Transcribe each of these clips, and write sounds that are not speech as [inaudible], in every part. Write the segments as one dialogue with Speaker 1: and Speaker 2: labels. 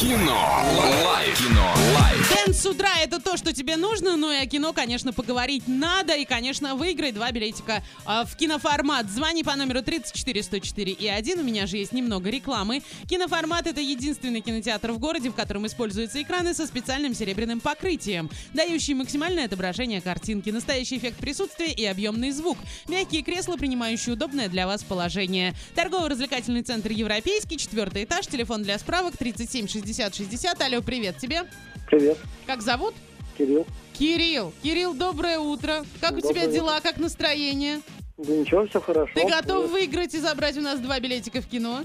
Speaker 1: Кино. Лайф. Кино. Лайф.
Speaker 2: Дэн с утра это то, что тебе нужно, но и о кино, конечно, поговорить надо. И, конечно, выиграй два билетика а, в киноформат. Звони по номеру 34104 и 1. У меня же есть немного рекламы. Киноформат — это единственный кинотеатр в городе, в котором используются экраны со специальным серебряным покрытием, дающие максимальное отображение картинки, настоящий эффект присутствия и объемный звук. Мягкие кресла, принимающие удобное для вас положение. Торгово-развлекательный центр «Европейский», четвертый этаж, телефон для справок 37 60 60. Алло, привет тебе.
Speaker 3: Привет,
Speaker 2: Как зовут?
Speaker 3: Кирилл.
Speaker 2: Кирилл. Кирилл, доброе утро. Как у
Speaker 3: Доброе
Speaker 2: тебя дела, как настроение?
Speaker 3: Да ничего, все хорошо.
Speaker 2: Ты готов выиграть и забрать у нас два билетика в кино?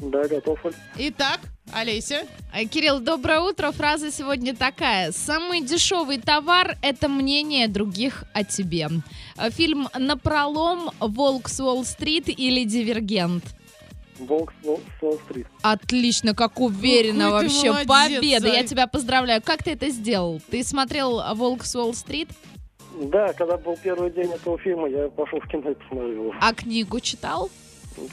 Speaker 3: Да, готов. Оль.
Speaker 2: Итак, Олеся.
Speaker 4: Э, Кирилл, доброе утро. Фраза сегодня такая. Самый дешевый товар – это мнение других о тебе. Э, Фильм «Напролом», «Волк с Уолл-стрит» или «Дивергент».
Speaker 3: Волк с Уолл- с Уолл-стрит.
Speaker 4: Отлично, как уверенно
Speaker 2: Какой ты
Speaker 4: вообще.
Speaker 2: молодец,
Speaker 4: Победа, я
Speaker 2: Зай.
Speaker 4: тебя поздравляю. Как ты это сделал? Ты смотрел «Волк с Уолл-стрит»,
Speaker 3: Да, когда был первый день этого фильма, я пошел в кино и посмотрел. его.
Speaker 4: а книгу читал?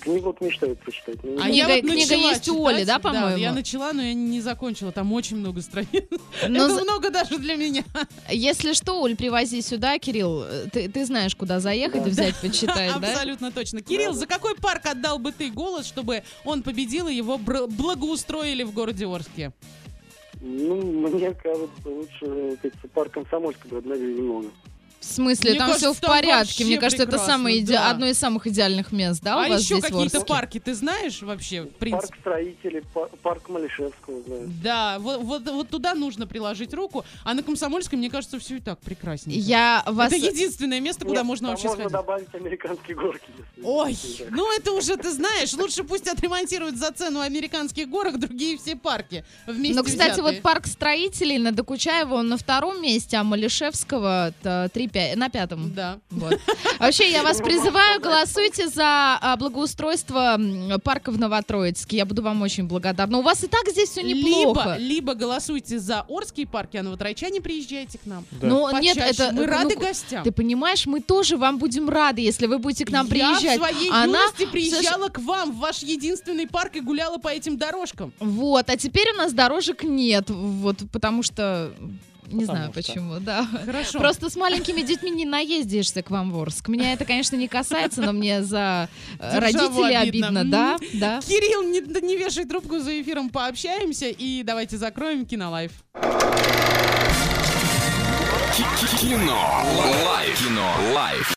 Speaker 3: Книгу вот мечтают прочитать. Ну,
Speaker 2: А
Speaker 4: Книга-
Speaker 2: я вот
Speaker 4: книга
Speaker 2: начала
Speaker 4: есть у Оли,
Speaker 2: читать.
Speaker 4: да, по-моему?
Speaker 2: я начала, но я не закончила. Там очень много страниц. [laughs]
Speaker 4: Но
Speaker 2: Это
Speaker 4: Ну, за-
Speaker 2: много даже для меня.
Speaker 4: Если что, Оль, привози сюда, Кирилл. э, Ты, ты знаешь, куда заехать
Speaker 3: Да.
Speaker 4: и взять, [laughs] почитать, да?
Speaker 2: Абсолютно точно. Кирилл, за какой парк отдал бы ты голос, чтобы он победил и его бр- благоустроили в городе Орске?
Speaker 3: ну, мне кажется, лучше как говорится, парк Комсомольска бы отдали немного.
Speaker 4: В смысле,
Speaker 2: Мне
Speaker 4: там
Speaker 2: кажется,
Speaker 4: все в
Speaker 2: там
Speaker 4: порядке. Мне
Speaker 2: вообще
Speaker 4: кажется, это
Speaker 2: прекрасно,
Speaker 4: самое иде-
Speaker 2: да.
Speaker 4: одно из самых идеальных мест, да,
Speaker 2: а
Speaker 4: у вас
Speaker 2: еще
Speaker 4: здесь в
Speaker 2: какие-то
Speaker 4: Орске?
Speaker 2: парки ты знаешь вообще, в принципе?
Speaker 3: Парк строителей, пар- парк Малишевского, знаю.
Speaker 2: Да, вот, вот, вот туда нужно приложить руку, а на Комсомольской, мне кажется, все и так прекрасненько.
Speaker 4: Я вас...
Speaker 2: Это единственное место, куда
Speaker 3: Нет,
Speaker 2: можно
Speaker 3: там
Speaker 2: вообще
Speaker 3: можно
Speaker 2: сходить.
Speaker 3: добавить американские горки. если-
Speaker 2: Ой,
Speaker 3: если так.
Speaker 2: ну это уже, ты знаешь, лучше пусть отремонтируют за цену американских горок другие все парки вместе
Speaker 4: Но, Ну, кстати,
Speaker 2: взятые.
Speaker 4: вот парк строителей на Докучаева, он на втором месте, а Малишевского т- три пя- на пятом.
Speaker 2: Да.
Speaker 4: Вот. Вообще, я вас призываю, голосуйте за а, благоустройство м, парка в Новотроицке. Я буду вам очень благодарна. У вас и так здесь все
Speaker 2: Либо,
Speaker 4: неплохо.
Speaker 2: либо голосуйте за Орские парки, а новотрайчане приезжайте к нам.
Speaker 4: Ну,
Speaker 2: Почаще.
Speaker 4: нет, это...
Speaker 2: Мы
Speaker 4: ну,
Speaker 2: рады
Speaker 4: ку-
Speaker 2: гостям.
Speaker 4: Ты понимаешь, мы тоже вам будем рады, если вы будете к нам
Speaker 2: Я в
Speaker 4: приезжать.
Speaker 2: своей
Speaker 4: Она-
Speaker 2: юности приезжала к вам в ваш единственный парк и гуляла по этим дорожкам.
Speaker 4: Вот, а теперь у нас дорожек нет, вот, потому что... Не знаю
Speaker 5: что.
Speaker 4: почему, да.
Speaker 2: Хорошо.
Speaker 4: Просто с маленькими детьми не наездишься к вам в Орск. Меня это, конечно, не касается, но мне за э,
Speaker 2: Державу
Speaker 4: родителей
Speaker 2: обидно. М-м.
Speaker 4: обидно, да, да.
Speaker 2: Кирилл, не, не вешай трубку за эфиром, пообщаемся и давайте закроем кинолайф.
Speaker 1: Кино. Лайф. Кино. Лайф.